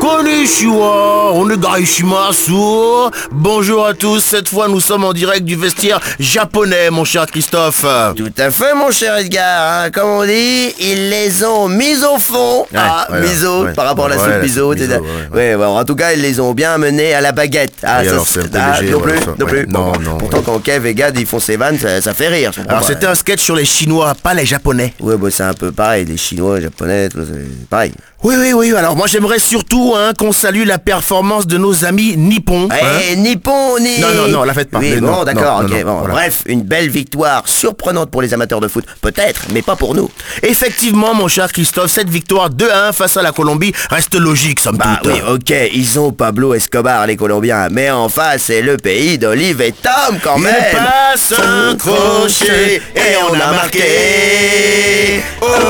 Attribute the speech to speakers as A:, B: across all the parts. A: Konnichiwa, onegaishimasu. Bonjour à tous, cette fois nous sommes en direct du vestiaire japonais, mon cher Christophe.
B: Tout à fait, mon cher Edgar. hein. Comme on dit, ils les ont mis au fond. ah,
A: ouais,
B: mis au,
A: ouais.
B: par rapport à la
A: Ouais,
B: soupe
A: la
B: miso.
A: soupe miso,
B: t'es-
A: ouais, ouais.
B: ouais, ouais, en tout cas, ils les ont bien menés à la baguette. Ah,
A: Oui,
B: ça,
A: alors, c'est un peu
B: ah,
A: léger,
B: non
A: ouais,
B: plus,
A: ça,
B: non
A: ouais.
B: plus.
A: Non, non,
B: Pourtant,
A: ouais.
B: quand Kev et Gad, ils font ces vannes, ça, ça fait rire. je comprends
A: Alors
B: pas.
A: c'était un sketch sur les Chinois, pas les Japonais.
B: Ouais, bah, c'est un peu pareil, les Chinois, les Japonais, tout, c'est pareil.
A: Oui, oui, oui, alors moi j'aimerais surtout hein, qu'on salue la performance de nos amis nippons. hein.
B: Eh, Nippon, ni...
A: Non, non, non, la faites pas.
B: Oui,
A: Mais
B: bon,
A: non,
B: d'accord,
A: non,
B: ok,
A: non, non,
B: bon.
A: voilà.
B: Bref, une belle victoire surprenante pour les amateurs de foot. Peut-être, mais pas pour nous.
A: Effectivement, mon cher Christophe, cette victoire 2-1 face à la Colombie reste logique, somme
B: Bah
A: toute.
B: oui, ok, ils ont Pablo Escobar, les Colombiens, mais en face, c'est le pays d'Olive et Tom quand
A: Il
B: même
A: passe un Eh. crochet et on a marqué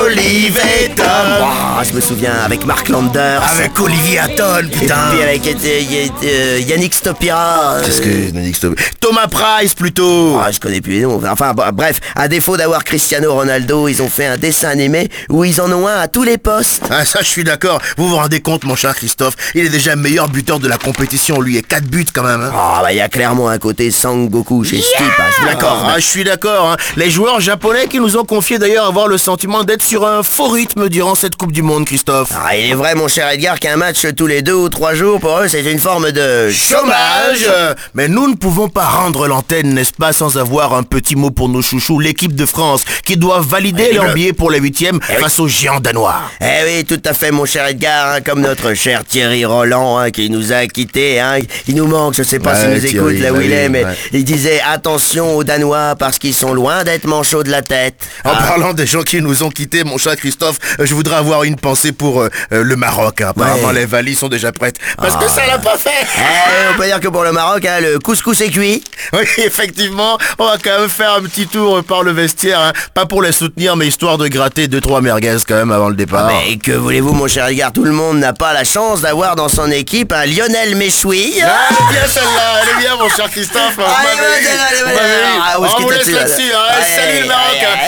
A: Olive et Tom.
B: Ouah, Oh, Je me souviens, avec Mark Landers.
A: Avec Olivier Hatton,
B: Et
A: putain
B: puis avec euh, y- euh, Yannick Stopira. euh,
A: Qu'est-ce que Yannick Stop- Thomas Price, plutôt
B: ah, je connais plus les noms. Enfin, bah, bref, à défaut d'avoir Cristiano Ronaldo, ils ont fait un dessin animé où ils en ont un à tous les postes.
A: Ah ça je suis d'accord, vous vous rendez compte mon cher Christophe, il est déjà meilleur buteur de la compétition, lui et 4 buts quand même. hein.
B: Ah, bah, il y a clairement un côté Sangoku chez ce type, hein, je suis d'accord.
A: Ah, je suis d'accord. hein. Les joueurs japonais qui nous ont confié d'ailleurs avoir le sentiment d'être sur un faux rythme durant cette Coupe du Monde, Christophe.
B: Ah, il est vrai, mon cher Edgar, qu'un match tous les deux ou trois jours, pour eux, c'est une forme de chômage.
A: Euh, Mais nous ne pouvons pas rendre l'antenne, n'est-ce pas, sans avoir un petit mot pour nos chouchous, l'équipe de France, qui doit valider
B: Et
A: leur
B: le-
A: billet pour la huitième face aux géants danois.
B: Eh oui, tout à fait, mon cher Edgar, hein, comme notre cher Thierry Roland, hein, qui nous a quittés, hein, il nous manque, je sais pas s'il
A: Ouais,
B: nous
A: Thierry,
B: écoute là où
A: bah
B: il
A: oui,
B: est, mais
A: ouais.
B: il disait attention aux Danois parce qu'ils sont loin d'être manchots de la tête.
A: En
B: Ah,
A: parlant des gens qui nous ont quittés, mon cher Christophe, euh, je voudrais avoir une pensée pour euh, euh, le Maroc. hein. Apparemment,
B: Ouais.
A: les valises sont déjà prêtes. Parce que ça l'a pas fait
B: eh, on peut dire que pour le Maroc, hein, le couscous est cuit.
A: Oui, effectivement, on va quand même faire un petit tour euh, par le vestiaire. hein. Pas pour les soutenir, mais histoire de gratter deux trois merguez quand même avant le départ.
B: Ah, Mais que voulez-vous, mon cher Edgar, tout le monde n'a pas la chance d'avoir dans son équipe un Lionel Méchoui.
A: Ah, bien celle-là, elle est bien mon cher Christophe.
B: Allez,
A: Vous m'avez
B: vas-y,
A: eu,
B: allez,
A: vous
B: vas-y,
A: m'avez eu.
B: alors, ah, où est-ce
A: On vous
B: qu'il
A: laisse
B: était, là,
A: là-dessus,
B: là
A: hein.
B: Allez,
A: salut le
B: allez,
A: Maroc.
B: allez,
A: hein.